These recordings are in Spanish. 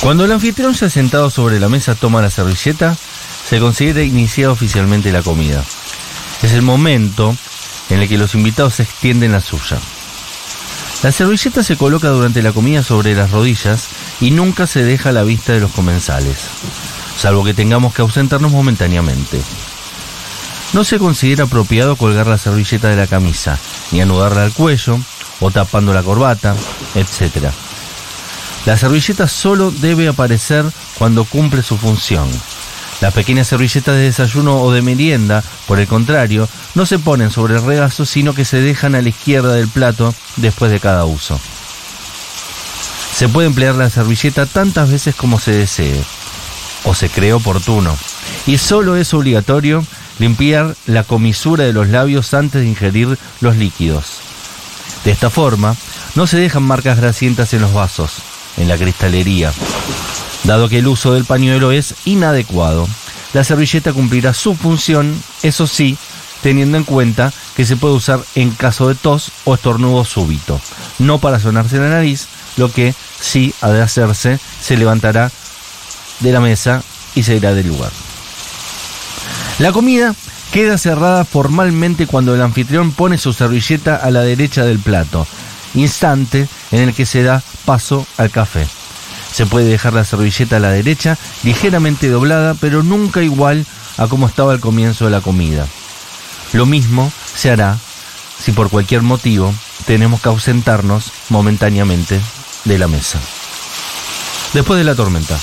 Cuando el anfitrión se ha sentado sobre la mesa toma la servilleta, se considera iniciada oficialmente la comida. Es el momento en el que los invitados se extienden la suya. La servilleta se coloca durante la comida sobre las rodillas y nunca se deja a la vista de los comensales, salvo que tengamos que ausentarnos momentáneamente. No se considera apropiado colgar la servilleta de la camisa, ni anudarla al cuello, o tapando la corbata, etc. La servilleta solo debe aparecer cuando cumple su función. Las pequeñas servilletas de desayuno o de merienda, por el contrario, no se ponen sobre el regazo, sino que se dejan a la izquierda del plato después de cada uso. Se puede emplear la servilleta tantas veces como se desee, o se cree oportuno, y solo es obligatorio limpiar la comisura de los labios antes de ingerir los líquidos. De esta forma, no se dejan marcas grasientas en los vasos, en la cristalería. Dado que el uso del pañuelo es inadecuado, la servilleta cumplirá su función, eso sí, teniendo en cuenta que se puede usar en caso de tos o estornudo súbito, no para sonarse la nariz, lo que sí ha de hacerse se levantará de la mesa y se irá del lugar. La comida queda cerrada formalmente cuando el anfitrión pone su servilleta a la derecha del plato, instante en el que se da paso al café. Se puede dejar la servilleta a la derecha, ligeramente doblada, pero nunca igual a como estaba al comienzo de la comida. Lo mismo se hará si por cualquier motivo tenemos que ausentarnos momentáneamente de la mesa. Después de la tormenta.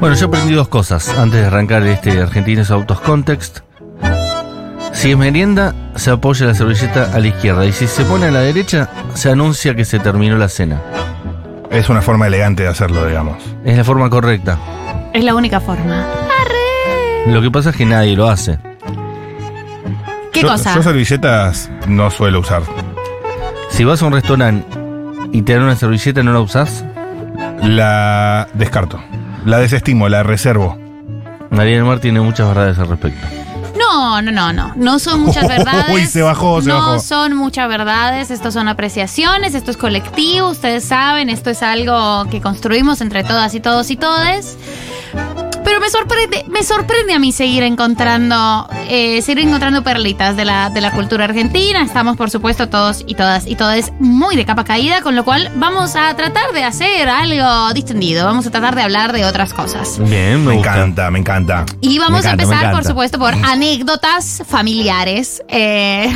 Bueno, yo aprendí dos cosas antes de arrancar este Argentinos Autos Context. Si es merienda, se apoya la servilleta a la izquierda y si se pone a la derecha, se anuncia que se terminó la cena. Es una forma elegante de hacerlo, digamos. Es la forma correcta. Es la única forma. Lo que pasa es que nadie lo hace. ¿Qué yo, cosa? Yo servilletas no suelo usar. Si vas a un restaurante y te dan una servilleta y no la usás, La descarto. La desestimo, la reservo. Mariana Mar tiene muchas verdades al respecto. No, no, no, no. No son muchas verdades. Uy, se bajó, se no bajó. son muchas verdades. Estos son apreciaciones. Esto es colectivo. Ustedes saben. Esto es algo que construimos entre todas y todos y todes. Pero me sorprende, me sorprende a mí seguir encontrando, eh, seguir encontrando perlitas de la, de la cultura argentina. Estamos, por supuesto, todos y todas y todes muy de capa caída, con lo cual vamos a tratar de hacer algo distendido. Vamos a tratar de hablar de otras cosas. Bien, Me encanta, me encanta. Y vamos Me encanta, a me empezar, encanta. por supuesto, por anécdotas familiares. Eh,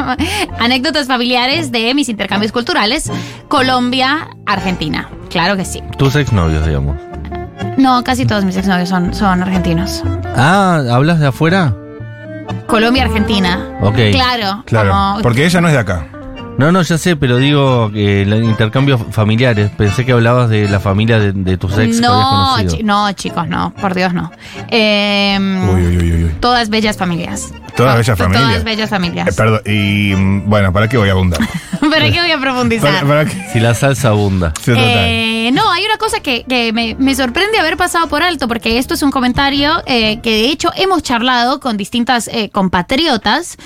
anécdotas familiares de mis intercambios culturales Colombia-Argentina. Claro que sí. Tus exnovios, digamos. No, casi todos mis exnovios son, son argentinos. Ah, ¿hablas de afuera? Colombia-Argentina. Ok. Claro. Claro. como- Porque ella no es de acá. No, no, ya sé, pero digo que el intercambio familiares. Pensé que hablabas de la familia de, de tus ex que habías no, conocido. chi- no, chicos, no. Por Dios, no. Eh, Uy, uy, uy, uy. uy. Todas bellas familias. Todas bellas To- familias. Todas bellas familias. Eh, perdón, y mm, bueno, ¿para qué voy a abundar? ¿Para qué voy a ¿Para, profundizar? para qué? Si la salsa abunda. Sí, total. Eh, no, hay una cosa que, que me, me sorprende haber pasado por alto, porque esto es un comentario eh, que de hecho hemos charlado con distintas eh, compatriotas,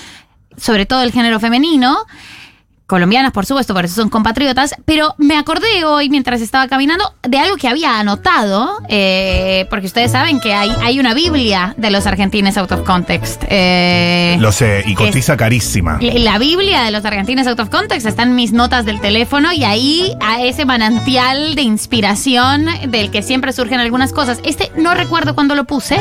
sobre todo el género femenino, colombianas por supuesto, por eso son compatriotas, pero me acordé hoy mientras estaba caminando de algo que había anotado, eh, porque ustedes saben que hay, hay una Biblia de los argentines out of context. eh, Lo sé, y cotiza carísima. la- La Biblia de los argentinos out of context están mis notas del teléfono y ahí a ese manantial de inspiración del que siempre surgen algunas cosas. Este no recuerdo cuándo lo puse,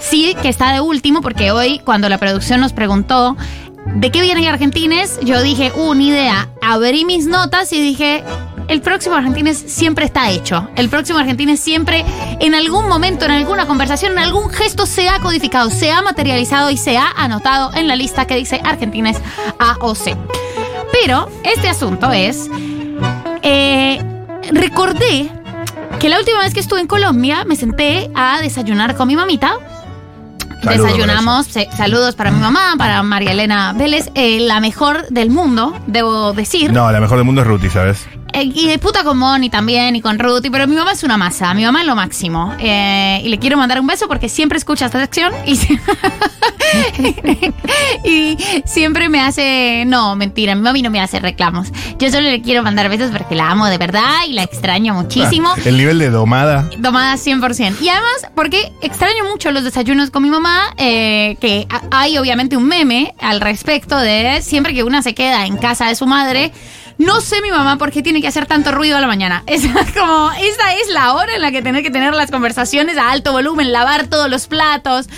sí que está de último porque hoy cuando la producción nos preguntó de qué vienen argentines, yo dije, una idea, abrí mis notas y dije... El próximo Argentines siempre está hecho. El próximo Argentines siempre, en algún momento, en alguna conversación, en algún gesto, se ha codificado, se ha materializado y se ha anotado en la lista que dice Argentines AOC. Pero este asunto es. eh, recordé que la última vez que estuve en Colombia me senté a desayunar con mi mamita Saludos, desayunamos. se- saludos para mi mamá, para María Elena Vélez, eh, la mejor del mundo, debo decir. No, la mejor del mundo es Ruti, ¿sabes? Eh, y de puta con Moni también y con Ruti, pero mi mamá es una masa, mi mamá es lo máximo. Eh, y le quiero mandar un beso porque siempre escucha esta sección y, se- y siempre me hace... No, mentira, mi mami no me hace reclamos. Yo solo le quiero mandar besos porque la amo de verdad y la extraño muchísimo. El nivel de domada. Domada 100%. Y además, porque extraño mucho los desayunos con mi mamá, eh, que a- hay obviamente un meme al respecto de siempre que una se queda en casa de su madre, no sé mi mamá por qué tiene que hacer tanto ruido a la mañana. Es como, esa es la hora en la que tener que tener las conversaciones a alto volumen, lavar todos los platos.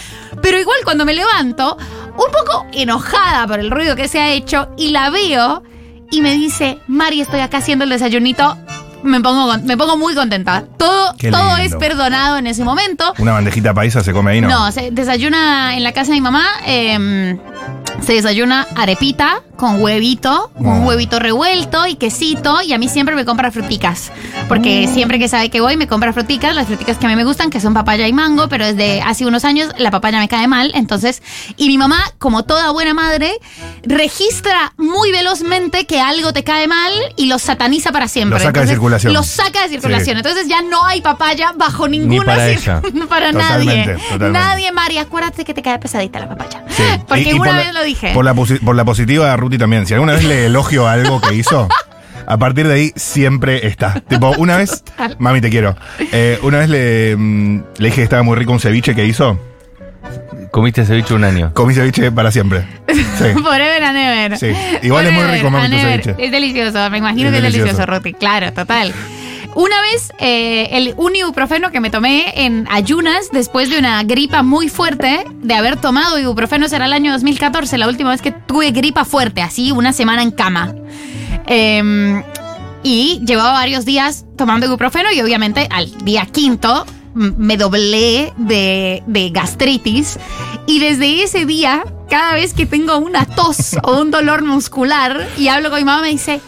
Pero igual cuando me levanto, un poco enojada por el ruido que se ha hecho, y la veo y me dice, Mari, estoy acá haciendo el desayunito. Me pongo, con- me pongo muy contenta. Todo, Qué todo es lindo. perdonado en ese momento. Una bandejita paisa se come ahí, ¿no? No, se desayuna en la casa de mi mamá. em, se desayuna arepita con huevito, un Mm. huevito revuelto y quesito. Y a mí siempre me compra fruticas. Porque Mm. siempre que sabe que voy, me compra fruticas. Las fruticas que a mí me gustan, que son papaya y mango. Pero desde hace unos años la papaya me cae mal. Entonces, y mi mamá, como toda buena madre, registra muy velozmente que algo te cae mal y lo sataniza para siempre. Lo saca de Entonces, circulación. Lo saca de circulación. Sí. Entonces ya no hay papaya bajo ninguna para circun- para Totalmente, nadie. totalmente. Nadie, Mari, acuérdate que te cae pesadita la papaya. Sí. Porque Y- y una por la- vez lo dije. Por la, posi- por la positiva, Ruti también. Si alguna vez le elogio algo que hizo, a partir de ahí siempre está. Tipo, una vez, Total. mami, te quiero. Eh, una vez le, mm, le dije que estaba muy rico un ceviche que hizo. Comiste ese bicho un año. Comí ceviche para siempre. Sí. Forever and ever. Sí. Igual es muy rico, mami, and tu ever. ceviche. Es delicioso, me imagino Es que es delicioso, delicioso. Ruti. Claro, total. Una vez, eh, el, un ibuprofeno que me tomé en ayunas después de una gripa muy fuerte, de haber tomado ibuprofeno, será el año 2014, la última vez que tuve gripa fuerte, así, una semana en cama. Em, y llevaba varios días tomando ibuprofeno y obviamente al día quinto mm, me doblé de, de gastritis y desde ese día cada vez que tengo una tos o un dolor muscular y hablo con mi mamá me dice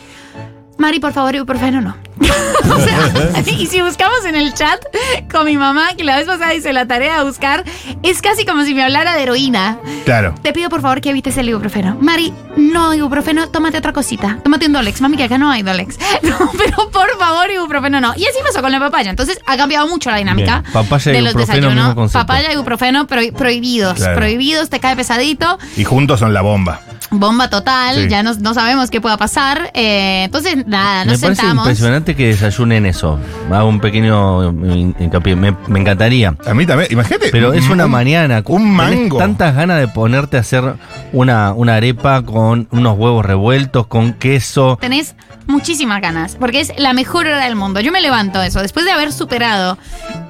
Mari por favor ibuprofeno no O sea, y si buscamos en el chat con mi mamá que la vez pasada hice la tarea de buscar es casi como si me hablara de heroína Claro. te pido por favor que evites el ibuprofeno. Mari, no ibuprofeno, tómate otra cosita. Tómate un Dolex, mami, que acá no hay Dolex. No, pero por favor, ibuprofeno no. Y así pasó con la papaya. Entonces ha cambiado mucho la dinámica Bien. Papaya y de los ibuprofeno, desayunos. mismo concepto. Papaya y ibuprofeno pro- prohibidos. Claro. Prohibidos, te cae pesadito. Y juntos son la bomba. Bomba total, Sí. ya no, no sabemos qué pueda pasar. Eh, entonces, nada, me nos parece sentamos. impresionante que desayunen eso. Hago un pequeño eh, hincapié. Me, me encantaría. A mí también. Imagínate. Mm, Pero es una un- mañana. Un Tenés mango. tantas ganas de ponerte a hacer una, una arepa con unos huevos revueltos, con queso. tenés muchísimas ganas, porque es la mejor hora del mundo. Yo me levanto eso, después de haber superado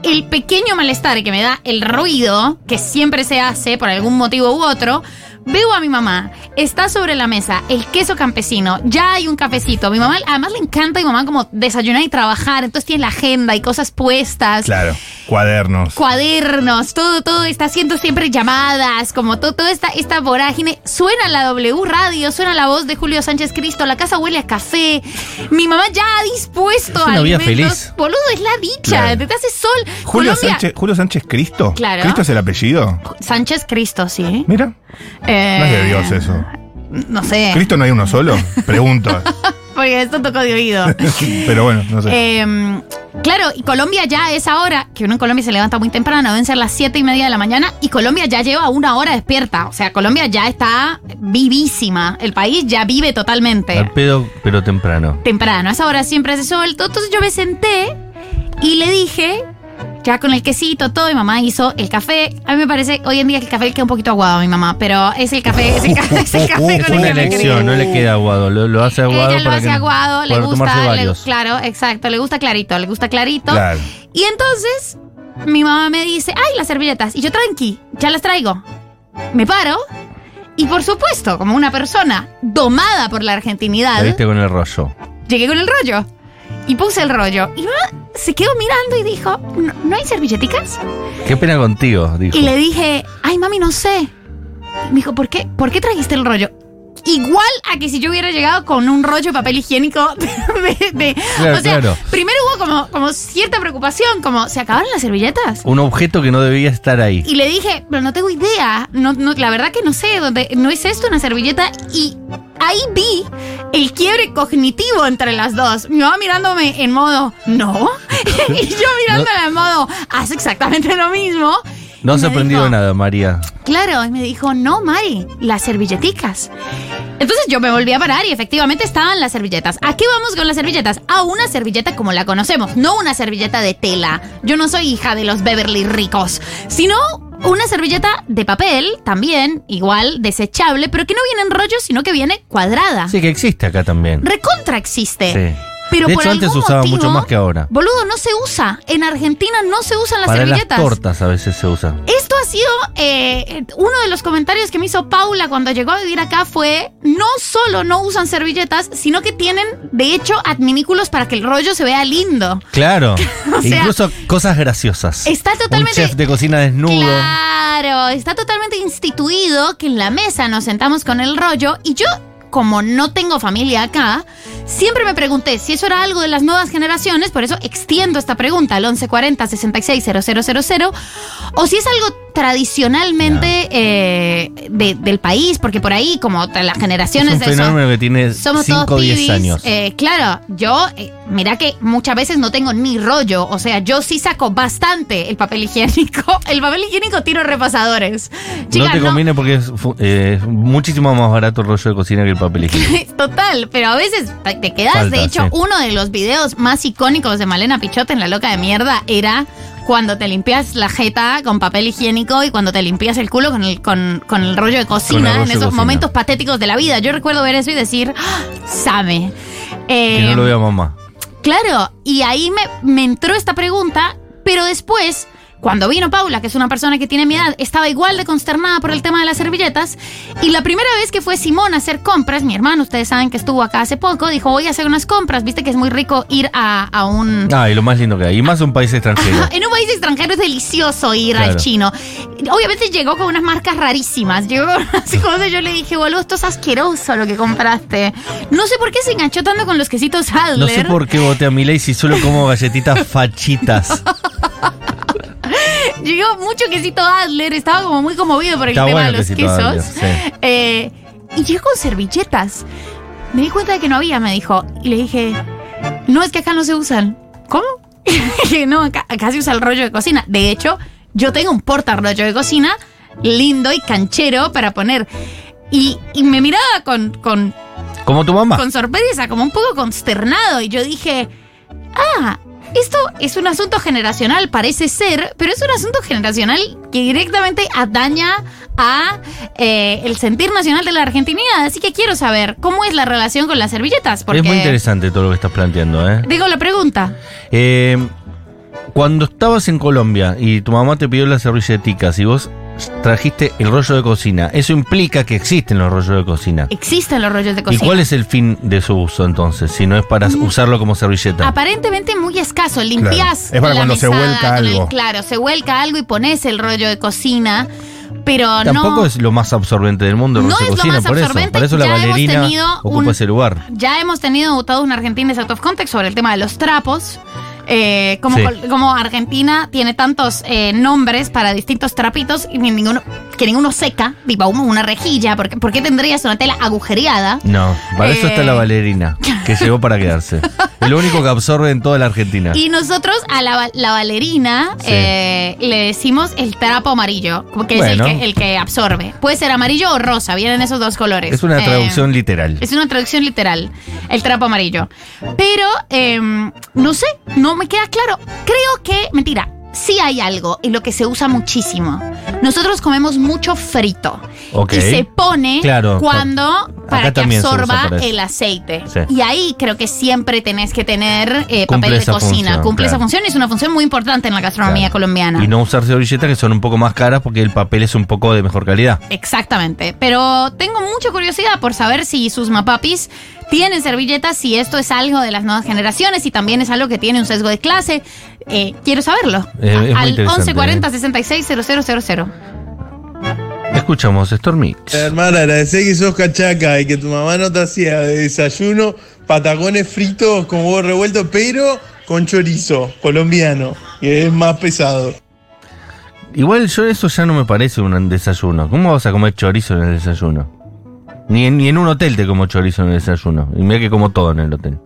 el pequeño malestar que me da el ruido, que siempre se hace por algún motivo u otro. Veo a mi mamá, está sobre la mesa el queso campesino, ya hay un cafecito. Mi mamá, además le encanta a mi mamá como desayunar y trabajar, entonces tiene la agenda y cosas puestas Claro. Cuadernos. cuadernos, todo, todo está haciendo siempre llamadas, como todo, toda esta, esta vorágine. Suena la W Radio, suena la voz de Julio Sánchez Cristo, la casa huele a café. Mi mamá ya ha dispuesto Es a una vida alimentos. feliz. Boludo, es la dicha, Claro. te hace sol. Julio Colombia- Sánchez, Julio Sánchez Cristo. Claro. Cristo es el apellido. Sánchez Cristo, sí. Mira. Eh, No es de Dios eso. No sé, ¿Cristo no hay uno solo? Pregunto. porque esto tocó de oído. Pero bueno, no sé. Eh, claro, y Colombia ya es ahora, que uno en Colombia se levanta muy temprano, deben ser las 7 y media de la mañana, y Colombia ya lleva una hora despierta. O sea, Colombia ya está vivísima. El país ya vive totalmente. Al pedo, pero temprano. Temprano, a esa hora siempre hace sol. Entonces yo me senté y le dije, ya con el quesito, todo, mi mamá hizo el café. A mí me parece, hoy en día el café le queda un poquito aguado a mi mamá, pero es el café, es el café, es el café con el Una que me crié. elección, no le queda aguado. Lo, lo hace aguado Ella lo para hace que- aguado, le para tomarse gusta, le- varios. claro, exacto, le gusta clarito, le gusta clarito. Claro. Y entonces mi mamá me dice, ay, las servilletas. Y yo tranqui, ya las traigo. Me paro y por supuesto, como una persona domada por la argentinidad, Le diste con el rollo. llegué con el rollo. Y puse el rollo. Y mamá se quedó mirando y dijo, ¿no, ¿no hay servilleticas? Qué pena contigo, dijo. Y le dije, ay, mami, no sé. Y me dijo, ¿por qué, ¿por qué trajiste el rollo? igual a que si yo hubiera llegado con un rollo de papel higiénico de... de- Claro, o sea, claro. primero hubo como, como cierta preocupación, como, ¿se acabaron las servilletas? Un objeto que no debía estar ahí. Y le dije, pero no tengo idea, no, no, la verdad que no sé, dónde, no es esto una servilleta. Y ahí vi el quiebre cognitivo entre las dos. Mi mamá mirándome en modo, no. y yo mirándola en modo, hace exactamente lo mismo. No Y has me aprendido dijo, nada, María. Claro, y me dijo, no, Mari, las servilleticas. Entonces yo me volví a parar y efectivamente estaban las servilletas. ¿A qué vamos con las servilletas? A una servilleta como la conocemos, no una servilleta de tela. Yo no soy hija de los Beverly ricos, sino una servilleta de papel, también, igual, desechable, pero que no viene en rollo, sino que viene cuadrada. Sí, que existe acá también. Recontra existe. Sí. Pero de por hecho, antes algún usaba motivo, mucho más que ahora. Boludo, no se usa. En Argentina no se usan las Para las servilletas. tortas a veces se usa. Esto ha sido eh, uno de los comentarios que me hizo Paula cuando llegó a vivir acá fue no solo no usan servilletas, sino que tienen de hecho adminículos para que el rollo se vea lindo. Claro. O sea, Incluso cosas graciosas. Está totalmente- Un chef de cocina desnudo. Claro, está totalmente instituido que en la mesa nos sentamos con el rollo y yo, como no tengo familia acá, siempre me pregunté si eso era algo de las nuevas generaciones, por eso extiendo esta pregunta al 1140-660000, o si es algo tradicionalmente eh, de- del país, porque por ahí, como t- las Es generaciones un de esos- fenómeno que tiene somos 5 o todos 10 pibis. años. Eh, claro, yo, eh, mira que muchas veces no tengo ni rollo. O sea, yo sí saco bastante el papel higiénico. El papel higiénico tiro repasadores. no Chicas, te conviene porque es fu- eh, muchísimo más barato el rollo de cocina que el papel higiénico. Total, pero a veces te- te quedas. Falta, de hecho, sí. uno de los videos más icónicos de Malena Pichota en La Loca de Mierda era cuando te limpias la jeta con papel higiénico y cuando te limpias el culo con el, con, con el rollo de Con cocina el rollo en de esos cocina. momentos patéticos de la vida. Yo recuerdo ver eso y decir, ¡Ah, ¡Same! Que Eh, no lo vea mamá. Claro, y ahí me, me entró esta pregunta, pero después, cuando vino Paula, que es una persona que tiene mi edad, estaba igual de consternada por el tema de las servilletas, y la primera vez que fue Simón a hacer compras, mi hermano, ustedes saben que estuvo acá hace poco, dijo, voy a hacer unas compras, viste que es muy rico ir a, a un... Ah, y lo más lindo que hay. Y más un país extranjero. En un país extranjero es delicioso ir al Claro. chino. Obviamente llegó con unas marcas rarísimas. Llegó con unas cosas. Yo le dije, boludo, esto es asqueroso lo que compraste. No sé por qué se enganchó tanto con los quesitos Adler. No sé por qué voté a Milei si solo como galletitas fachitas. Llegó mucho quesito Adler, estaba como muy conmovido por el Está tema bueno de los el quesito quesos. Adler, sí. Eh, y llegó con servilletas. Me di cuenta de que no había, me dijo. Y le dije, no, es que acá no se usan. ¿Cómo? que no, acá, acá se usa el rollo de cocina. De hecho, yo tengo un porta rollo de cocina lindo y canchero para poner. Y, y me miraba con, con Como tu mamá. con sorpresa, como un poco consternado. Y yo dije, ah, esto es un asunto generacional, parece ser, pero es un asunto generacional que directamente ataña a eh, el sentir nacional de la argentinidad. Así que quiero saber cómo es la relación con las servilletas. Porque Es muy interesante todo lo que estás planteando, ¿eh? Digo la pregunta. Eh, Cuando estabas en Colombia y tu mamá te pidió las servilleticas y vos trajiste el rollo de cocina, eso implica que existen los rollos de cocina. ¿Existen los rollos de ¿Y cocina? Mm. cuál es el fin de su uso entonces? Si no es para usarlo como Ah, servilleta. Aparentemente muy escaso, limpias. Claro. Es para la cuando se mesada vuelca con el- algo. claro, se vuelca algo y pones el rollo de cocina, pero Tampoco no. es lo más absorbente del mundo el No rollo de es lo cocina, más por eso. absorbente, Para eso la ya hemos bailarina tenido ocupa un- ese lugar. Ya hemos tenido todo un Argentina de Out of Context sobre el tema de los trapos. Eh, como, Sí. col- como Argentina tiene tantos eh, nombres para distintos trapitos y ni- ninguno, que ninguno seca, digo, una- una rejilla, porque, ¿por qué tendrías una tela agujereada? No, para eso está Eh. la bailarina, que llegó para quedarse. El único que absorbe en toda la Argentina. Y nosotros a la, ba- la bailarina Sí. eh, le decimos el trapo amarillo, que Bueno. es el que, el que absorbe. Puede ser amarillo o rosa, vienen esos dos colores. Es una Eh, traducción literal. Es una traducción literal, el trapo amarillo. Pero, eh, no sé, no me queda claro. Creo que, mentira, sí hay algo en lo que se usa muchísimo. Nosotros comemos mucho frito. Ok. Y se pone Claro, cuando para que también se usa absorba para eso. el aceite. Sí. Y ahí creo que siempre tenés que tener Cumple eh, papel de esa cocina. función, Cumple esa claro. función y es una función muy importante en la gastronomía Claro. colombiana. Y no usar servilletas que son un poco más caras porque el papel es un poco de mejor calidad. Exactamente. Pero tengo mucha curiosidad por saber si sus mapapis tienen servilletas, si esto es algo de las nuevas generaciones, si también es algo que tiene un sesgo de clase. Eh, quiero saberlo. Eh, es muy Al Eh, interesante, 1140 66 000. Escuchamos Stormix. Hermana, agradecé que sos cachaca y que tu mamá no te hacía de desayuno patagones fritos con huevo revuelto, pero con chorizo colombiano, que es más pesado. Igual yo eso ya no me parece un desayuno. ¿Cómo vas a comer chorizo en el desayuno? Ni en, ni en un hotel te como chorizo en el desayuno. Y mira que como todo en el hotel.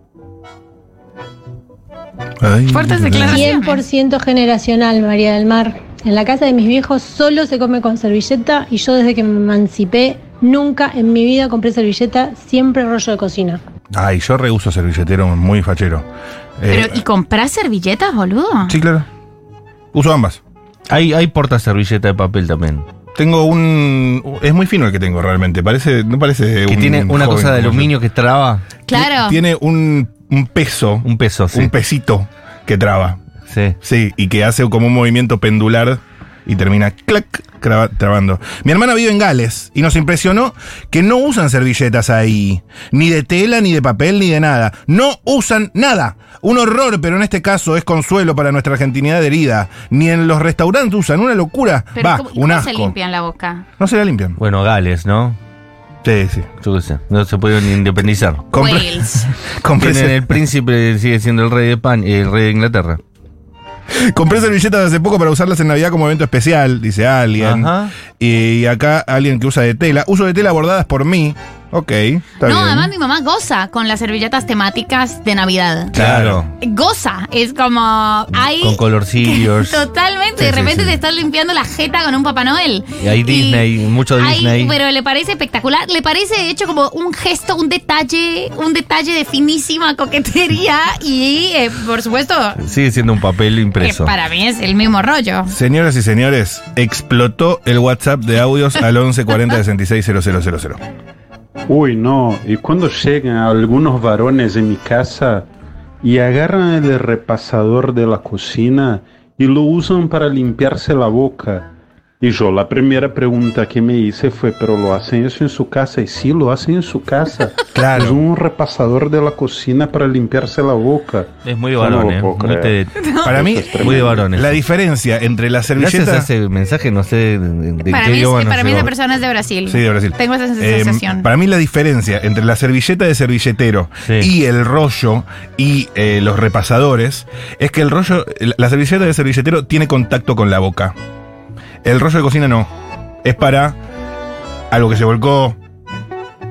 Ay, Fuertes declaraciones. 100% generacional, María del Mar. En la casa de mis viejos solo se come con servilleta y yo desde que me emancipé nunca en mi vida compré servilleta, siempre rollo de cocina. Ay, yo reuso servilletero muy fachero. Eh, Pero, ¿y comprás servilletas, boludo? sí, claro. Uso ambas. Hay, hay porta servilleta de papel también. Tengo un. Es muy fino el que tengo realmente. Parece, no parece Que un tiene una joven cosa de como yo. aluminio que traba Claro. Tiene un, un peso, un peso, sí. un pesito que traba. Sí. Sí, y que hace como un movimiento pendular y termina clac craba- trabando. Mi hermana vive en Gales y nos impresionó que no usan servilletas ahí, ni de tela, ni de papel, ni de nada. No usan nada. Un horror, pero en este caso es consuelo para nuestra argentinidad herida. Ni en los restaurantes usan, una locura. Pero Va, ¿cómo- un cómo asco. se limpian la boca? No se la limpian. Bueno, Gales, ¿no? Sí, sí. Yo qué sé. No se pudieron ni independizar. Compre- Wales. compré Tienen ser- el príncipe, sigue siendo el rey de Pan, el rey de Inglaterra. compré servilletas hace poco para usarlas en Navidad como evento especial, dice alguien. Ajá. Y acá alguien que usa de tela. Uso de tela bordadas por mí. Ok, está No, bien. además mi mamá goza con las servilletas temáticas de Navidad. Claro. Goza. Es como. Hay. Con colorcillos. Totalmente, Sí, de sí, repente sí. te estás limpiando la jeta con un Papá Noel. Y hay Disney, mucho hay- Disney. pero le parece espectacular, le parece de hecho como un gesto, un detalle, un detalle de finísima coquetería y eh, por supuesto Sigue siendo un papel que impreso. para mí es el mismo rollo. Señoras y señores, explotó el WhatsApp de audios al 1140 660000. Uy, no, y cuando llegan algunos varones en mi casa y agarran el repasador de la cocina y lo usan para limpiarse la boca. Y yo la primera pregunta que me hice fue, ¿pero lo hacen eso en su casa? Y sí, lo hacen en su casa. Claro. Usan un repasador de la cocina para limpiarse la boca. Es muy de Yo no lo varón, ¿eh? puedo Muy, creer. te- Para mí, muy de varones. la diferencia entre la Gracias a servilleta. ese mensaje, no sé de, de Para qué mí, es- idioma nos para mí esa llegó. persona es de Brasil. Sí, de Brasil. Tengo esa Eh, sensación. para mí la diferencia entre la servilleta de servilletero Sí. y el rollo y eh, los repasadores es que el rollo, la servilleta de servilletero tiene contacto con la boca. El rollo de cocina no. Es para algo que se volcó,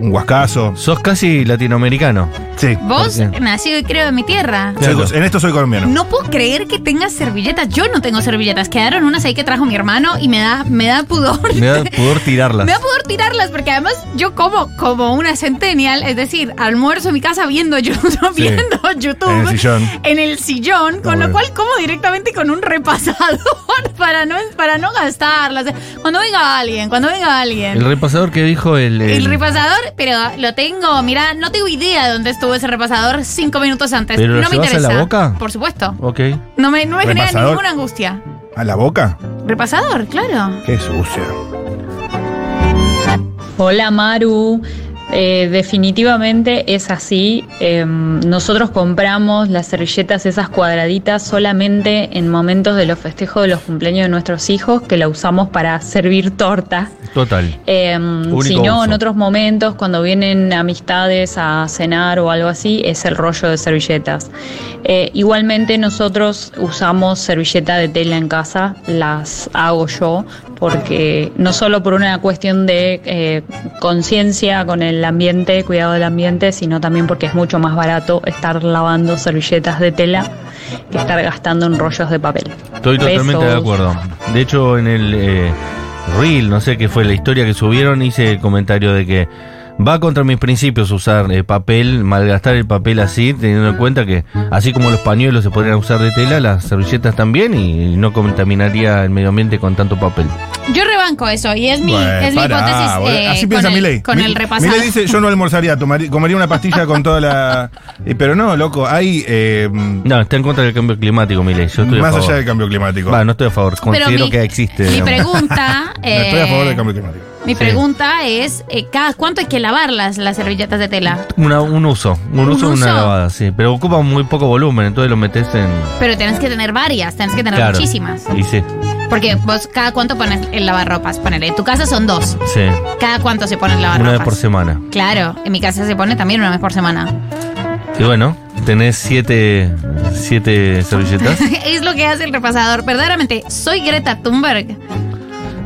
un huascazo. Sos casi latinoamericano. Sí. Vos, ¿por qué? nacido y creo en mi tierra. Soy- Claro. en esto soy colombiano. No puedo creer que tengas servilletas. Yo no tengo servilletas. Quedaron unas ahí que trajo mi hermano y me da, me da pudor. Me da pudor tirarlas. Me va a poder tirarlas porque además yo como como una centennial, es decir, almuerzo en mi casa viendo YouTube, Sí. viendo YouTube Eh, En el sillón. en el sillón, con lo Obvio. cual como directamente con un repasador para no para no gastarlas. Cuando venga alguien, cuando venga alguien. El repasador que dijo el. El repasador, pero lo tengo, mira, no tengo idea de dónde estuvo ese repasador cinco minutos antes. ¿Pero lo no me llevas a interesa. la boca? Por supuesto. Ok. No me, no me genera ¿Repasador? ninguna angustia. ¿A la boca? Repasador, claro. Qué sucio. Hola Maru, Eh, definitivamente es así. Em, nosotros compramos las servilletas esas cuadraditas solamente en momentos de los festejos de los cumpleaños de nuestros hijos, que la usamos para servir torta. Total. Em, Único si no, uso. en otros momentos, cuando vienen amistades a cenar o algo así, es el rollo de servilletas. Eh, igualmente nosotros usamos servilleta de tela en casa, las hago yo, porque no solo por una cuestión de eh, conciencia con el ambiente, cuidado del ambiente, sino también porque es mucho más barato estar lavando servilletas de tela que estar gastando en rollos de papel. Estoy totalmente de Besos. acuerdo. De hecho, en el eh, Reel, no sé qué fue la historia que subieron, hice el comentario de que va contra mis principios usar eh, papel, malgastar el papel así, teniendo en cuenta que así como los pañuelos se podrían usar de tela, las servilletas también y no contaminaría el medio ambiente con tanto papel. Yo rebanco eso y es mi, Bueno, es mi pará, hipótesis. boludo. eh, Así piensa con el, Milei. Con Mi- el repasador. Milei dice, yo no almorzaría, tomaría- comería una pastilla con toda la... Eh, Pero no, loco, hay... eh, No, está en contra del cambio climático, Milei. Yo estoy a más favor. allá del cambio climático. Va, no estoy a favor, considero mi- que existe. Mi digamos. pregunta. No, estoy a favor del cambio eh, climático. Mi pregunta es: eh, ¿cada cuánto hay que lavarlas las servilletas de tela? Una- un uso, un, ¿Un uso, de una uso? lavada, sí. Pero ocupa muy poco volumen, entonces lo metes en. Pero tenés que tener varias, tenés que tener Claro. muchísimas. Y sí. Porque vos cada cuánto pones el lavarropas. Ponele, en tu casa son dos. Sí, Cada cuánto se pone el una lavarropas. vez por semana. Claro, en mi casa se pone también una vez por semana. Y bueno, tenés siete, siete servilletas. es lo que hace el repasador. Verdaderamente, soy Greta Thunberg.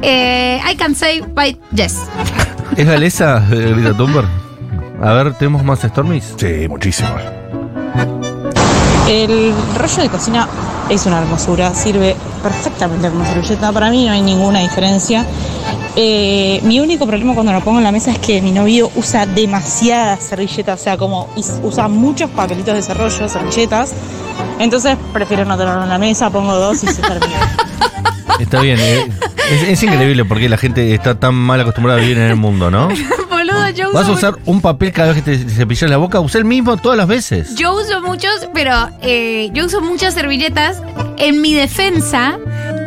Eh, I can say by yes. ¿Es galesa, eh, Greta Thunberg? A ver, ¿tenemos más Stormies? Sí, muchísimo. El rollo de cocina es una hermosura, sirve perfectamente como servilleta. Para mí no hay ninguna diferencia. Eh, mi único problema cuando lo pongo en la mesa es que mi novio usa demasiadas servilletas, o sea, como is- usa muchos papelitos de desarrollo, servilletas. Entonces prefiero no tenerlo en la mesa, pongo dos y se termina. Está bien. eh, Es, es increíble porque la gente está tan mal acostumbrada a vivir en el mundo, ¿no? Boludo, yo Vas a uso usar un papel cada vez que te cepillas la boca, usa el mismo todas las veces. Yo uso muchos, pero eh, yo uso muchas servilletas. En mi defensa,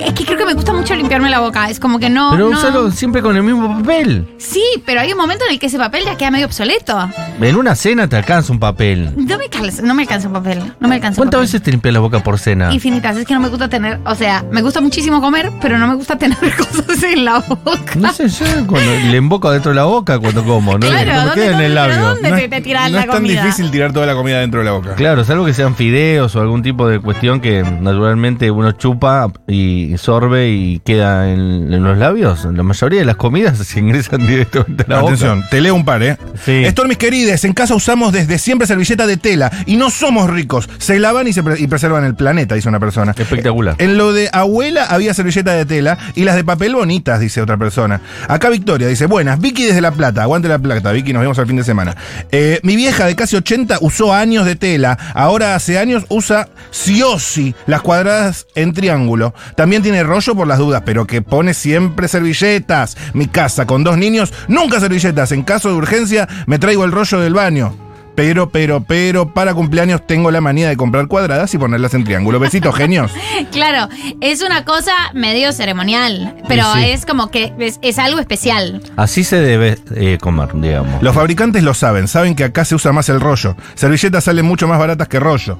es que creo que me gusta mucho limpiarme la boca. Es como que no. Pero no- usalo siempre con el mismo papel. Sí, pero hay un momento en el que ese papel ya queda medio obsoleto. En una cena te alcanza un papel. No me alcanza, no me alcanza un papel. No me alcanza. un ¿Cuántas papel. veces te limpias la boca por cena? Infinitas. Es que no me gusta tener. O sea, me gusta muchísimo comer, pero no me gusta tener cosas en la boca. No sé, yo cuando le emboco dentro de la boca cuando como, ¿no? Claro, No me ¿dónde queda en come- el pero labio. dónde te, te tiras no la es tan comida? difícil tirar toda la comida dentro de la boca. Claro, salvo que sean fideos o algún tipo de cuestión que naturalmente uno chupa y sorbe y queda en, en los labios. La mayoría de las comidas se ingresan directamente a la Atención, te leo un par, ¿eh? Sí. Stormis querides, en casa usamos desde siempre servilleta de tela y no somos ricos. Se lavan y, se pre- y preservan el planeta, dice una persona. boca. Espectacular. En lo de abuela había servilleta de tela y las de papel bonitas, dice otra persona. Acá Victoria dice, buenas, Vicky desde La Plata, aguante La Plata, Vicky, nos vemos al fin de semana. Eh, mi vieja de casi 80 usó años de tela, ahora hace años usa sí o sí las cuadradas en triángulo. También tiene rollo por las dudas, pero que pone siempre servilletas. Mi casa con dos niños, nunca servilletas. En caso de urgencia me traigo el rollo del baño. Pero, pero, pero, para cumpleaños tengo la manía de comprar cuadradas y ponerlas en triángulo. Besitos, genios. Claro, es una cosa medio ceremonial, pero Y sí. es como que es, es algo especial. Así se debe eh, comer, digamos. Los fabricantes lo saben, saben que acá se usa más el rollo. Servilletas salen mucho más baratas que rollo.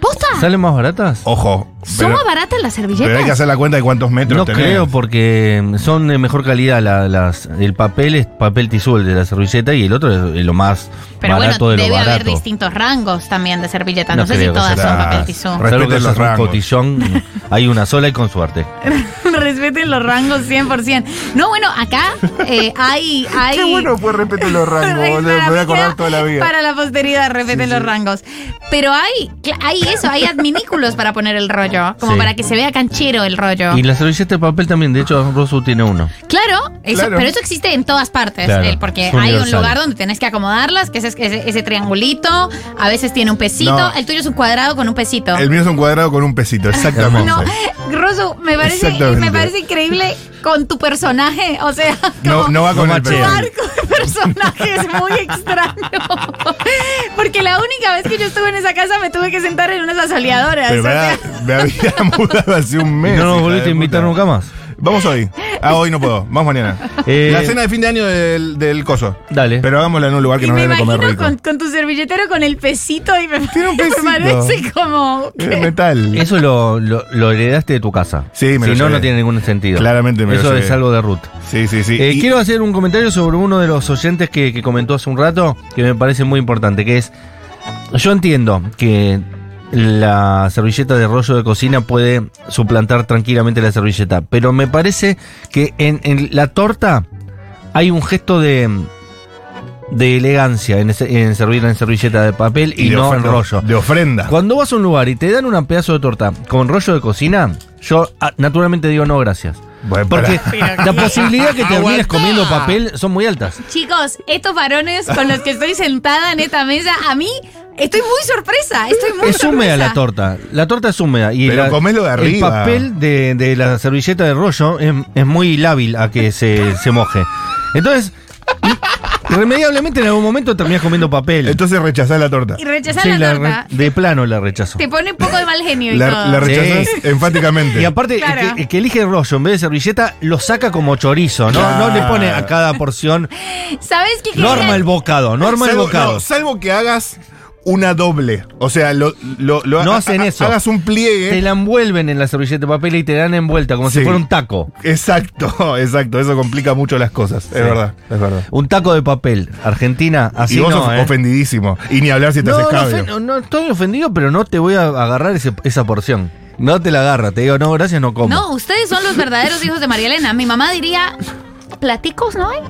¿Posta? ¿Salen más baratas? Ojo. ¿Son Pero, más baratas las servilletas? pero hay que hacer la cuenta de cuántos metros No tenés. creo porque son de mejor calidad la- las, el papel es papel tisú el de la servilleta y el otro es lo más Pero barato bueno, de debe lo haber barato. distintos rangos también de servilletas. No, No sé si creo que todas son sea- papel tisú. Respeten Salvo que los seas un rangos. cotillón, hay una sola y con suerte. Respeten los rangos 100%. No, bueno, acá eh, hay, hay... pues respeto los Para mí queda Para la posteridad, respeten los rangos. Pero hay, cla- hay eso, hay adminículos para poner el rollo, como Sí. para que se vea canchero el rollo. Y la servilleta de papel también, de hecho, Rosu tiene uno. Claro, eso- Claro. pero eso existe en todas partes, Claro, eh, porque es hay un universal. lugar donde tenés que acomodarlas, que es ese, ese- ese triangulito, a veces tiene un pesito, No. el tuyo es un cuadrado con un pesito. El mío es un cuadrado con un pesito, exactamente. No, Rosu, me parece, Exactamente. me parece increíble con tu personaje, o sea, No, como no va con No machea. el pesito. Claro. arco de personaje es muy extraño. Porque la única vez que yo estuve en esa casa me tuve que sentar en unas asoleadoras. Pero o me, sea, ha- me había mudado hace un mes. no hija nos de volviste a invitar puta. nunca más. Vamos hoy. Ah, hoy no puedo. Vamos mañana. Eh, la cena de fin de año del, del coso. Dale. Pero hagámosla en un lugar que y nos me den de comer imagino rico. con, con tu servilletero con el pesito y me, Tiene un me pesito. parece como... Es metal. Eso lo, lo, lo heredaste de tu casa. Sí, me Si lo no, llevé. no tiene ningún sentido. Claramente me lo Eso llevé. es algo de Ruth. Sí, sí, sí. Eh, Y- Quiero hacer un comentario sobre uno de los oyentes que, que comentó hace un rato, que me parece muy importante, que es, yo entiendo que la servilleta de rollo de cocina puede suplantar tranquilamente la servilleta, pero me parece que en, en la torta hay un gesto de, de elegancia en, ese- en servir en servilleta de papel y, de no en ofrenda- rollo. De ofrenda. Cuando vas a un lugar y te dan un pedazo de torta con rollo de cocina, yo ah, naturalmente digo no gracias. Bueno, Porque pará. la posibilidad que termines comiendo papel son muy altas. Chicos, estos varones con los que estoy sentada en esta mesa, a mí estoy muy sorpresa. Estoy muy Es sorpresa. húmeda la torta. La torta es húmeda. Y Pero la- comelo de El arriba. papel de, de la servilleta de rollo es, es muy lábil a que se, se moje. Entonces, irremediablemente en algún momento terminas comiendo papel. Entonces rechazás la torta. Y rechazar Sí, la, la torta re- de plano la rechazo. te pone un poco de mal genio y La, todo. la rechazás Sí. enfáticamente. Y aparte, el Claro. que, el que elige rollo en vez de servilleta lo saca como chorizo, ¿no? No le pone a cada porción. ¿Sabes qué? Norma el bocado, norma el Salvo- no, bocado. salvo que hagas una doble. O sea, lo, lo- lo- No ha- hacen ha- eso. Hagas un Te pliegue. la envuelven en la servilleta de papel y te la dan envuelta como Sí. si fuera un taco. Exacto, exacto. Eso complica mucho las cosas. Es verdad, es verdad. Un taco de papel. Argentina, así y vos no, sos ¿eh? ofendidísimo. Y ni hablar si te No, haces no, cabrio. ofen- no, no, estoy ofendido, pero no te voy a agarrar ese- esa porción. No te la agarra, te digo, no, gracias, no como. No, ustedes son los verdaderos hijos de María Elena. Mi mamá diría, platicos no hay.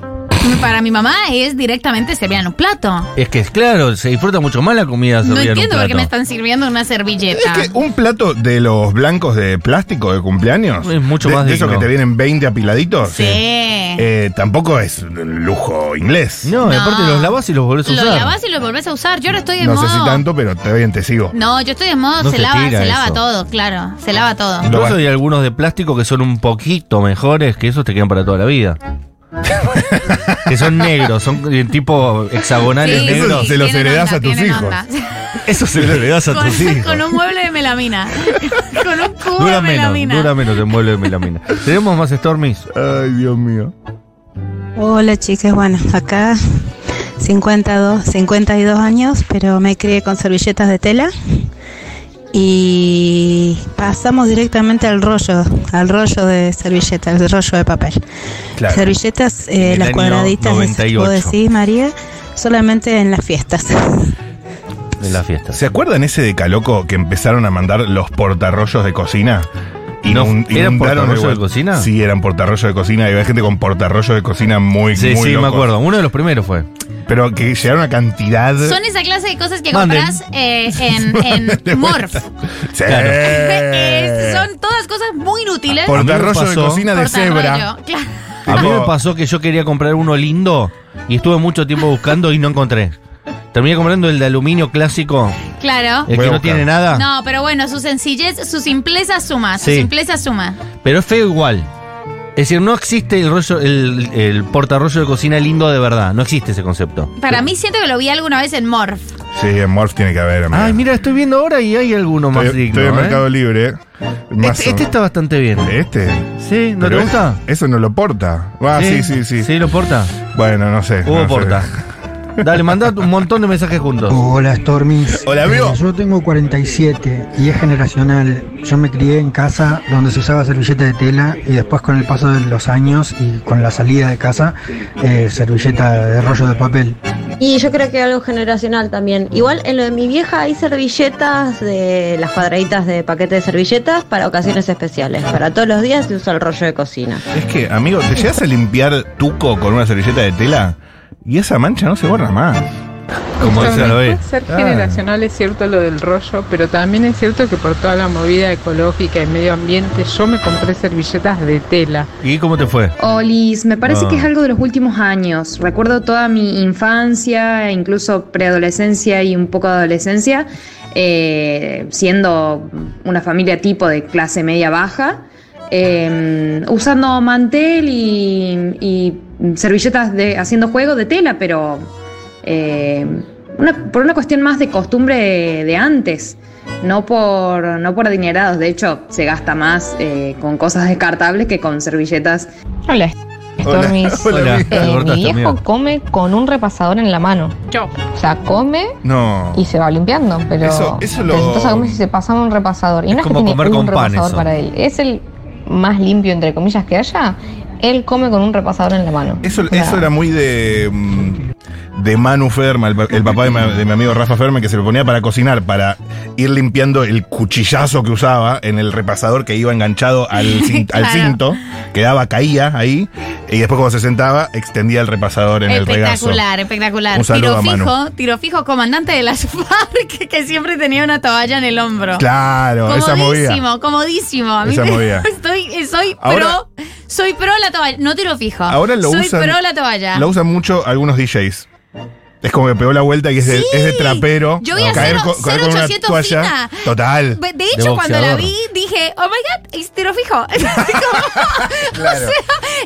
Para mi mamá es directamente servían un plato. Es que, claro, se disfruta mucho más la comida No servida en un entiendo por qué plato. me están sirviendo una servilleta. Es que uh, un plato de los blancos de plástico de cumpleaños. Es mucho de, más de esos digno. que te vienen 20 apiladitos. Sí. eh, tampoco es un lujo inglés. No, No. aparte los lavas y los volvés a Lo usar. lavas y lo volvés a usar. Yo ahora estoy de No modo. sé si tanto, pero está bien, te sigo. No, yo estoy de modo, No se, se lava, tira se lava eso. todo, claro. Se lava todo. Lo Incluso va- hay algunos de plástico que son un poquito mejores, que esos te quedan para toda la vida. que son negros, son eh, tipo hexagonales Sí, negros. Esos se los tienen heredás a tus tienen hijos. onda. Eso se lo das a tus Con, hijos. con un mueble de melamina. con un cubo Dura de menos, melamina. dura menos el mueble de melamina. ¿Tenemos más Stormies? Ay, Dios mío. Hola chicas, bueno, acá 52, 52 años, pero me crié con servilletas de tela y pasamos directamente al rollo, al rollo de servilletas, al rollo de papel. Claro. Servilletas, eh, El las año cuadraditas, esas que vos 98. decís María, solamente en las fiestas. De la fiesta. ¿Se acuerdan ese de Caloco que empezaron a mandar los portarrollos de cocina? No, Inun- ¿eran inundaron portarrollos el- de cocina? Sí, eran portarrollos de cocina. Había gente con portarrollos de cocina muy, Sí, muy sí, me locos. acuerdo. Uno de los primeros fue. Pero que llegaron a cantidad. Son esa clase de cosas que Manden. compras eh, en, en Morph. Sí. Claro. Eh, son todas cosas muy inútiles. Por- Portarrollo de pasó- cocina de cebra. Portarrollo, claro. A mí Tipo- me pasó que yo quería comprar uno lindo y estuve mucho tiempo buscando y no encontré. Terminé comprando el de aluminio clásico, Claro. el Voy que a no buscar. tiene nada. No, pero bueno, su sencillez, su simpleza suma, su Sí. simpleza suma. Pero es feo igual. Es decir, no existe el rollo, el, el portarrollo de cocina lindo de verdad. No existe ese concepto. Para mí siento que lo vi alguna vez en Morph. Sí, en Morph tiene que haber. amiga. Ay, mira, estoy viendo ahora y hay alguno estoy, más digno. estoy en ¿eh? Mercado Libre. Más este, o- este está bastante bien. ¿Este? ¿Sí? ¿No Pero te gusta? es- Eso no lo porta. Ah, sí, sí, sí. ¿Sí lo porta? Bueno, no sé. Hugo no sé. porta. Dale, mandá un montón de mensajes juntos. Hola Stormis. Hola, amigo. Eh, Yo tengo 47 y es generacional. Yo me crié en casa donde se usaba servilleta de tela y después con el paso de los años y con la salida de casa, eh, servilleta de rollo de papel. Y yo creo que algo generacional también. Igual en lo de mi vieja hay servilletas de las cuadraditas de paquete de servilletas para ocasiones especiales. Para todos los días se usa el rollo de cocina. Es que, amigo, te llegas a limpiar tuco con una servilleta de tela y esa mancha no se borra más. Como dice lo ve. Ser Ah. generacional es cierto lo del rollo, pero también es cierto que por toda la movida ecológica y medio ambiente yo me compré servilletas de tela. Ah. ¿Y cómo te fue? Olis, me parece Ah. que es algo de los últimos años. Recuerdo toda mi infancia, incluso preadolescencia y un poco de adolescencia, eh, siendo una familia tipo de clase media baja, eh, usando mantel y, y servilletas de, haciendo juego de tela, pero eh, una- por una cuestión más de costumbre de, de antes. No por, no por adinerados, de hecho se gasta más eh, con cosas descartables que con servilletas Hola, Hola. Stormis. Hola, Eh, te cortaste, mi viejo amigo. come con un repasador en la mano. Yo. O sea, come No. y se va limpiando, pero. Eso- eso lo- pero entonces, como si se pasaba un repasador. Y Es no es que como tiene comer un con pan repasador eso. para él. Es el más limpio, entre comillas, que haya. Él come con un repasador en la mano. Eso, O sea, eso era muy de. mm, de Manu Ferma, el, pa- el papá de, ma- de mi amigo Rafa Ferma, que se lo ponía para cocinar, para ir limpiando el cuchillazo que usaba en el repasador que iba enganchado al, cin- al Claro. cinto, quedaba, caía ahí, y después cuando se sentaba, extendía el repasador en el regazo. espectacular, espectacular. Un saludo a tiro Manu. fijo, tiro fijo, comandante de las FARC, que siempre tenía una toalla en el hombro. Claro, esa movida. Comodísimo, comodísimo. A mí Esa me- movida. Estoy, soy Ahora- pro, soy pro la toalla. No tiro fijo. Ahora lo Ah, soy usan. pro la toalla. Lo usan mucho algunos DJs. Es como que pegó la vuelta y es, de, Sí. es de trapero. Yo voy a caer cero- co- caer con una 0800 toalla. fina. Total. Be- De De hecho, cuando la boxeador. vi, dije, oh my god, es tiro fijo. Como- O sea,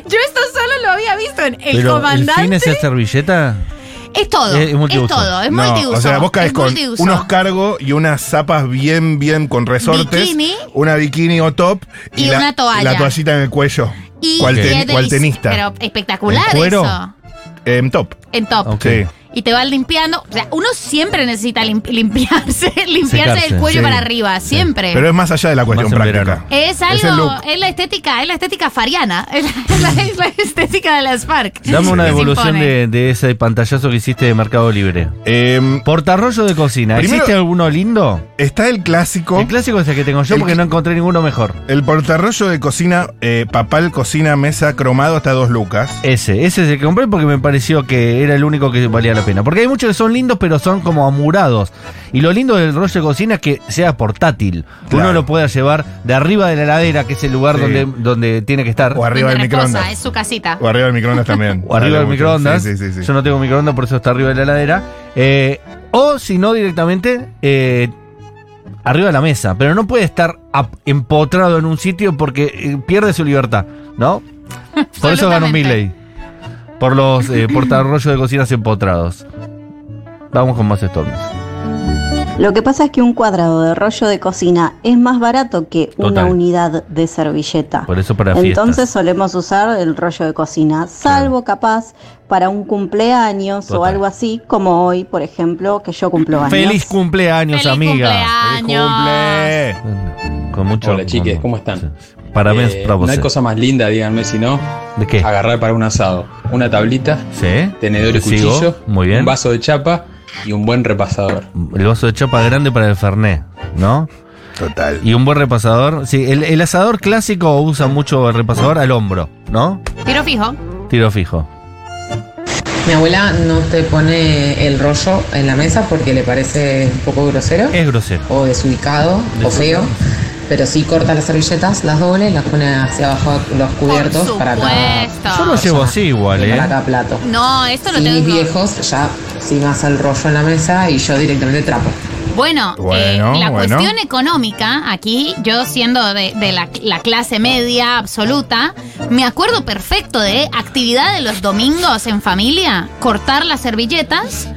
yo esto solo lo había visto en El Pero Comandante. ¿El fin es esa servilleta? Es todo. Es- Es, es multiuso. todo. Es No, multiuso. O sea, vos caes es con multiuso. unos cargos y unas zapas bien, bien con resortes. Bikini. Una bikini o top. Y la, una toalla. La toallita en el cuello. Y cual, ten- es delici- cual tenista. Pero espectacular ¿En cuero? eso. En top. En top. Ok. Sí. y te va limpiando. O sea, uno siempre necesita lim- limpiarse, limpiarse del Secarse, cuello sí. para arriba, siempre. Pero es más allá de la en cuestión práctica. Es el look. algo, es la estética, es la estética fariana, es la, es la- es la estética de las FARC. Dame una Que se devolución impone. de, de ese pantallazo que hiciste de Mercado Libre. Em, Portarrollo de cocina. Primero- ¿Existe alguno lindo? está el clásico. El clásico es el que tengo yo El porque que- no encontré ninguno mejor. El portarrollo de cocina, eh, papal, cocina, mesa, cromado hasta dos lucas. Ese, ese es el que compré porque me pareció que era el único que valía la pena. Porque hay muchos que son lindos, pero son como amurados. Y lo lindo del rollo de cocina es que sea portátil. Claro. Uno lo pueda llevar de arriba de la heladera, que es el lugar Sí. donde, donde tiene que estar. O arriba del Donde reposa, es microondas. su casita. O arriba del microondas también. o arriba del Vale mucho. microondas. Sí, sí, sí, sí. Yo no tengo microondas, por eso está arriba de la heladera. Eh, o si no, directamente eh, arriba de la mesa. Pero no puede estar ap- empotrado en un sitio porque eh, pierde su libertad, ¿no? Por eso ganó Absolutamente. Milley. Por los eh, portarrollos de cocinas empotrados. Vamos con más Storms. Lo que pasa es que un cuadrado de rollo de cocina es más barato que una Total. unidad de servilleta. Por eso para fiestas. Entonces solemos usar el rollo de cocina, salvo capaz para un cumpleaños o Total. algo así, como hoy, por ejemplo, que yo cumplo años. Feliz cumpleaños, Feliz amiga. cumpleaños. ¡Cumple! Con mucho Hola, chiques, ¿cómo están? Sí. Parabéns Eh, para no vos. hay cosa más linda, díganme si no, ¿De qué? agarrar para un asado. Una tablita, ¿Sí? tenedor y Te sigo. cuchillo, Muy bien. un vaso de chapa y un buen repasador. El vaso de chapa grande para el Fernet, ¿no? Total. Y un buen repasador. Sí, el, el asador clásico usa mucho el repasador al hombro, ¿no? Tiro fijo. Tiro fijo. Mi abuela no te pone Eh, el rollo en la mesa porque le parece un poco grosero Es grosero. o desubicado o feo, pero sí corta las servilletas, las doble, las pone hacia abajo los cubiertos Por para cada, supuesto. Yo lo llevo así igual, para ¿eh? cada plato. No, esto lo y mis tengo. viejos ya sin más el rollo en la mesa y yo directamente trapo. Bueno, eh, Bueno, la bueno. cuestión económica, aquí yo siendo de, de la, la clase media absoluta, me acuerdo perfecto de actividad de los domingos en familia, cortar las servilletas,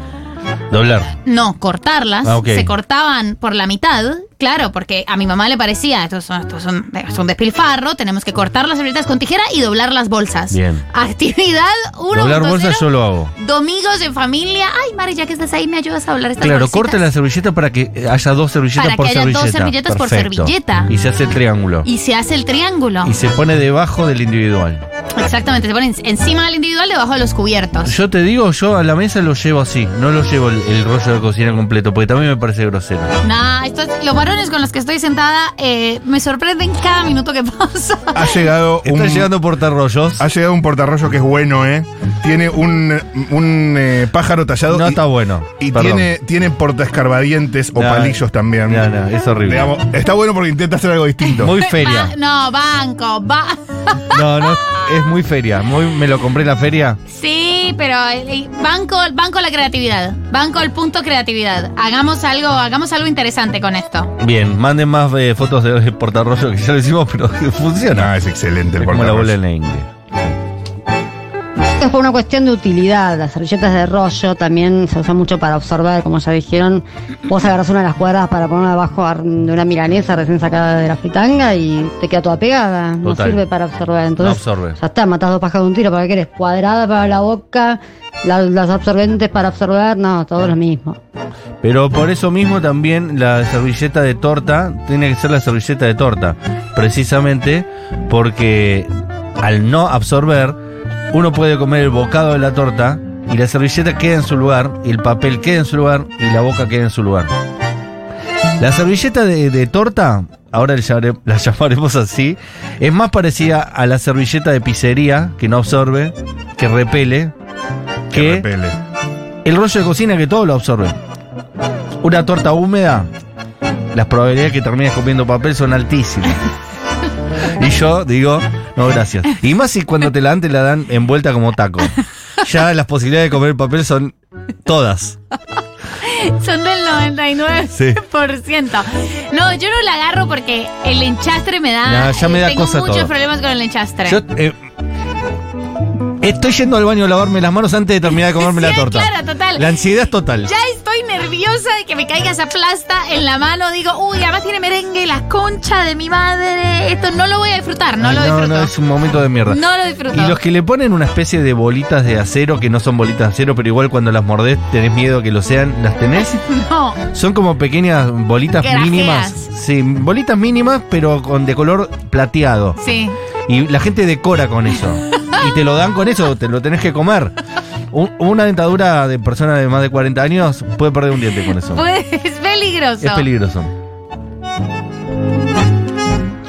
Doblar. no, cortarlas, Ah, ok. se cortaban por la mitad, claro, porque a mi mamá le parecía, esto es, un- esto es un, es un despilfarro, tenemos que cortar las servilletas con tijera y doblar las bolsas. Bien. Actividad 1. Doblar bolsas yo lo hago. Domingos en familia. Ay, Mari, ya que estás ahí, me ayudas a hablar estas Claro, bolsitas? corta la servilleta para que haya dos servilletas Para por que haya dos servilleta. servilletas por Perfecto. servilleta. Y se hace el triángulo. Y se hace el triángulo. Y se pone debajo del individual. Exactamente, se ponen encima del individual, debajo de los cubiertos. Yo te digo, yo a la mesa lo llevo así. No lo llevo el, el rollo de cocina completo porque también me parece grosero. Nah, esto es- los varones con los que estoy sentada eh, me sorprenden cada minuto que pasa. Ha llegado Están un. llegando portarrollos. Ha llegado un portarrollo que es bueno, ¿eh? Tiene un, un eh, pájaro tallado. No y- está bueno. Y Perdón. tiene, tiene portaescarbadientes o No, palillos también. no, no, es horrible. Digamos, está bueno porque intenta hacer algo distinto. Muy Ba- feria. no, banco, va. No, no, es muy feria. Muy, me lo compré en la feria. Sí, pero eh, banco, banco la creatividad. Banco el punto creatividad. Hagamos algo, hagamos algo interesante con esto. Bien, manden más eh, fotos de los portarrollos que ya lo hicimos, pero funciona. No, es excelente el es como la bola en portarrollo. la ingle. Es por una cuestión de utilidad. Las servilletas de rollo también se usan mucho para absorber, como ya dijeron. Vos agarrás una de las cuadradas para poner abajo ar- de una milanesa recién sacada de la fritanga y te queda toda pegada. No Total. sirve para absorber. No Entonces, absorbe. ya está, matás dos pajas de un tiro. ¿Para qué eres? Cuadrada para la boca, la- las absorbentes para absorber. No, todo lo mismo. Pero por eso mismo también la servilleta de torta tiene que ser la servilleta de torta. Precisamente porque al no absorber, uno puede comer el bocado de la torta y la servilleta queda en su lugar, el papel queda en su lugar y la boca queda en su lugar. La servilleta de, de torta, ahora la llamare- la llamaremos así, es más parecida a la servilleta de pizzería que no absorbe, que repele, Que que repele. el rollo de cocina que todo lo absorbe. Una torta húmeda, las probabilidades que termines comiendo papel son altísimas. Y yo digo, no, gracias. Y más si cuando te la dan, te la dan envuelta como taco. Ya las posibilidades de comer papel son todas. Son del 99%. No, yo no la agarro porque el enchastre me da. Nah, ya me da tengo cosa muchos todo. problemas con el enchastre. Yo eh, estoy yendo al baño a lavarme las manos antes de terminar de comerme Sí, la torta. Claro, total. La ansiedad es total. Ya estoy nerviosa de que me caiga esa plasta en la mano. Digo, uy, además tiene merengue, la concha de mi madre. Esto no lo voy a disfrutar, no Ay, lo no, disfruto. no, es un momento de mierda. No lo disfruto. Y los que le ponen una especie de bolitas de acero, que no son bolitas de acero, pero igual cuando las mordés tenés miedo que lo sean, ¿las tenés? No. Son como pequeñas bolitas Grajeas. mínimas. Sí, bolitas mínimas, pero con de color plateado. Sí. Y la gente decora con eso. Y te lo dan con eso, te lo tenés que comer. Un- una dentadura de persona de más de 40 años puede perder un diente con eso. Pues, es peligroso. Es peligroso.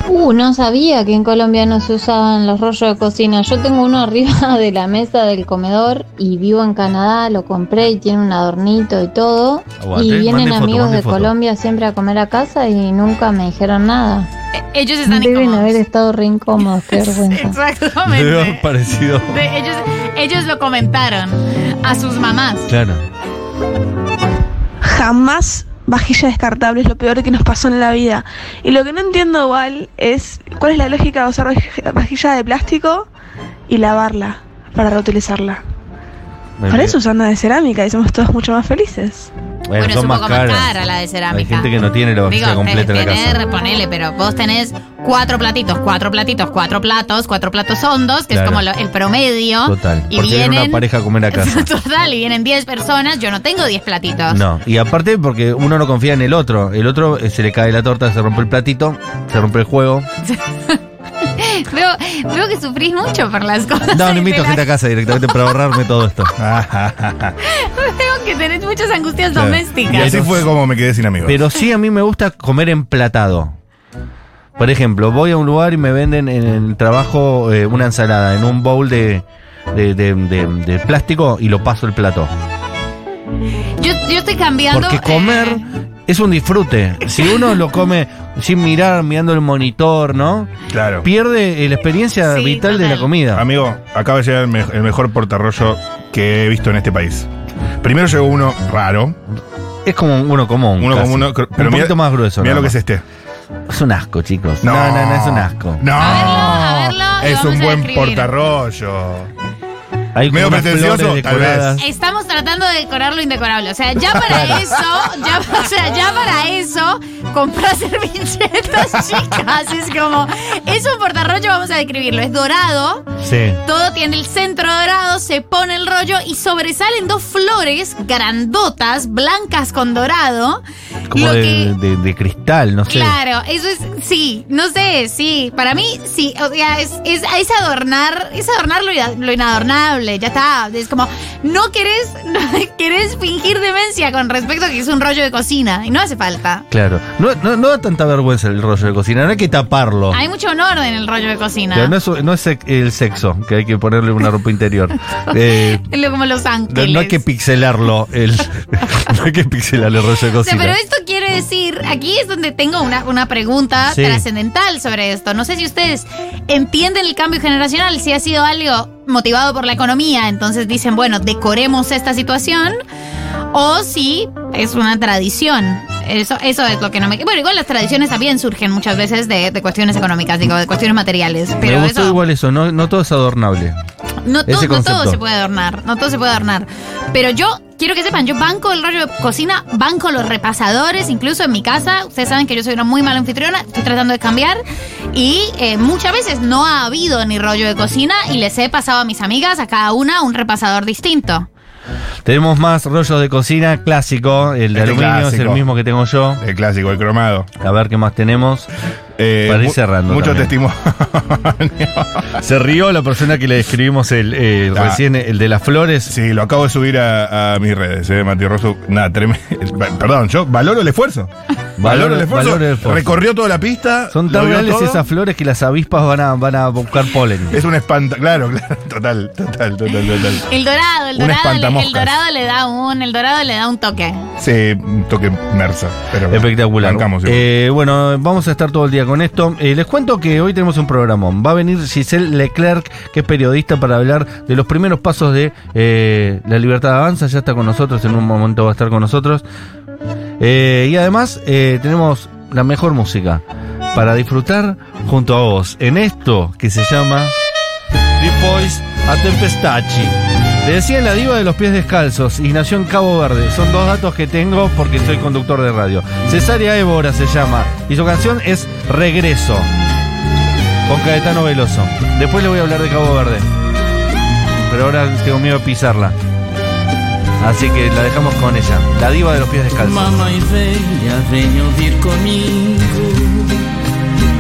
Uh, no sabía que en Colombia no se usaban los rollos de cocina. Yo tengo uno arriba de la mesa del comedor y vivo en Canadá, lo compré y tiene un adornito y todo. Aguante, y mande vienen foto, amigos mande de foto. Colombia siempre a comer a casa y nunca me dijeron nada. Ellos están Deben haber estado re incómodos, qué vergüenza. Exactamente. parecido. De- ellos, ellos lo comentaron a sus mamás. Claro. Jamás vajilla descartable es lo peor que nos pasó en la vida. Y lo que no entiendo igual es cuál es la lógica de usar vaj- vajilla de plástico y lavarla para reutilizarla. Para eso usando de cerámica y somos todos mucho más felices. Bueno, Bueno, es son un más poco caras. más cara la de cerámica. Hay gente que no tiene la vajilla Digo, completa en la tenés, casa. ponele, pero vos tenés cuatro platitos, cuatro platitos, cuatro platos, cuatro platos hondos, que Claro. es como lo- el promedio. Total. Y porque viene una vienen. pareja a comer a casa. Total, y vienen 10 personas, yo no tengo 10 platitos. No, y aparte porque uno no confía en el otro. El otro eh, se le cae la torta, se rompe el platito, se rompe el juego. veo, veo que sufrís mucho por las cosas. No, de no invito la- gente a casa directamente para ahorrarme todo esto. Ah, Veo que tenés muchas angustias Claro. domésticas. Y así Fue como me quedé sin amigos. Pero sí a mí me gusta comer emplatado. Por ejemplo, voy a un lugar y me venden en el trabajo eh, una ensalada en un bowl de, de, de- de- de plástico y lo paso el plato. Yo, yo estoy cambiando. eh, Porque comer es un disfrute. Si uno lo come sin mirar, mirando el monitor, ¿no? Claro. Pierde eh, la experiencia vital de la comida. Amigo, acaba de llegar el, me- el mejor portarrollo que he visto en este país. Primero llegó uno raro. Es como uno común. Uno casi. común, uno, Un poquito más grueso, Mira nada lo que es más. este. Es un asco, chicos. No. No, no, no, es un asco. No. A verlo, lo es un vamos a buen describir. portarrollo. Hay Medio unas pretencioso, flores tal vez. decoradas. Estamos tratando de decorar lo indecorable. O sea, ya para Claro. eso, ya, o sea, ya para eso, comprar servilletas, chicas. Es como, es un portarrollo, vamos a describirlo. Es dorado, Sí. todo tiene el centro dorado, se pone el rollo y sobresalen dos flores grandotas, blancas con dorado. Como Lo de, que- de- de cristal, no sé. Claro, eso es, sí, no sé, sí. Para mí, sí, o sea, es, es, es adornar, es adornar lo, ina- lo inadornable, ya está. Es como, no querés, querés fingir demencia con respecto a que es un rollo de cocina, y no hace falta. Claro. No, no, no da tanta vergüenza el rollo de cocina, no hay que taparlo. Hay mucho honor en el rollo de cocina. Claro, no es, no es sec- el sexo, que hay que ponerle una ropa interior. Eh, Es lo- como los no, ángeles. no hay que pixelarlo. el- no hay que pixelar el rollo de O sea, cocina. pero esto quiere decir, aquí es donde tengo una, una pregunta Sí. trascendental sobre esto. No sé si ustedes entienden el cambio generacional, si ha sido algo motivado por la economía, entonces dicen, bueno, decoremos esta situación, o si es una tradición. Eso, eso es lo que no me... Bueno, igual las tradiciones también surgen muchas veces de, de cuestiones económicas, digo, de cuestiones materiales, pero Me gustó eso... igual eso, no, no todo es adornable. No, to- Ese no todo concepto. se puede adornar, no todo se puede adornar. Pero yo quiero que sepan, yo banco el rollo de cocina, banco los repasadores, incluso en mi casa. Ustedes saben que yo soy una muy mala anfitriona, estoy tratando de cambiar. Y eh, muchas veces no ha habido ni rollo de cocina y les he pasado a mis amigas, a cada una, un repasador distinto. Tenemos más rollos de cocina clásico, el de Este aluminio es el clásico. mismo que tengo yo. El clásico, el cromado. Eh, A ver qué más tenemos. para ir mu- cerrando. mucho testimonio. Se rió la persona que le describimos el, eh, Ah. recién, el de las flores. Sí, lo acabo de subir a, a mis redes, eh, Mati Rosso. Nada, tremendo. Perdón, yo valoro el esfuerzo. Valoro, el esfuerzo. valoro el esfuerzo. Recorrió toda la pista. Son lo tan vio reales todo. esas flores que las avispas van a, van a buscar polen. Es un espanta. Claro, claro. Total, total, total, total. Un El dorado, el dorado, le- el espantamoscas. dorado le da un, el dorado le da un toque. Sí, un toque mersa. Pero Espectacular. Bancamos, sí. Eh, bueno, vamos a estar todo el día con esto. Eh, les cuento que hoy tenemos un programón. Va a venir Giselle Leclerc, que es periodista, para hablar de los primeros pasos de eh, La Libertad Avanza. Ya está con nosotros, en un momento va a estar con nosotros. Eh, y además eh, tenemos la mejor música para disfrutar junto a vos en esto que se llama The Voice a Tempestachi Le decían la diva de los pies descalzos y nació en Cabo Verde. Son dos datos que tengo porque soy conductor de radio. Cesárea Évora se llama y su canción es Regreso con Caetano Veloso. Después le voy a hablar de Cabo Verde. Pero ahora tengo miedo de pisarla. Así que la dejamos con ella, la diva de los pies descalzos. Mamãe, venha, venha ouvir comigo.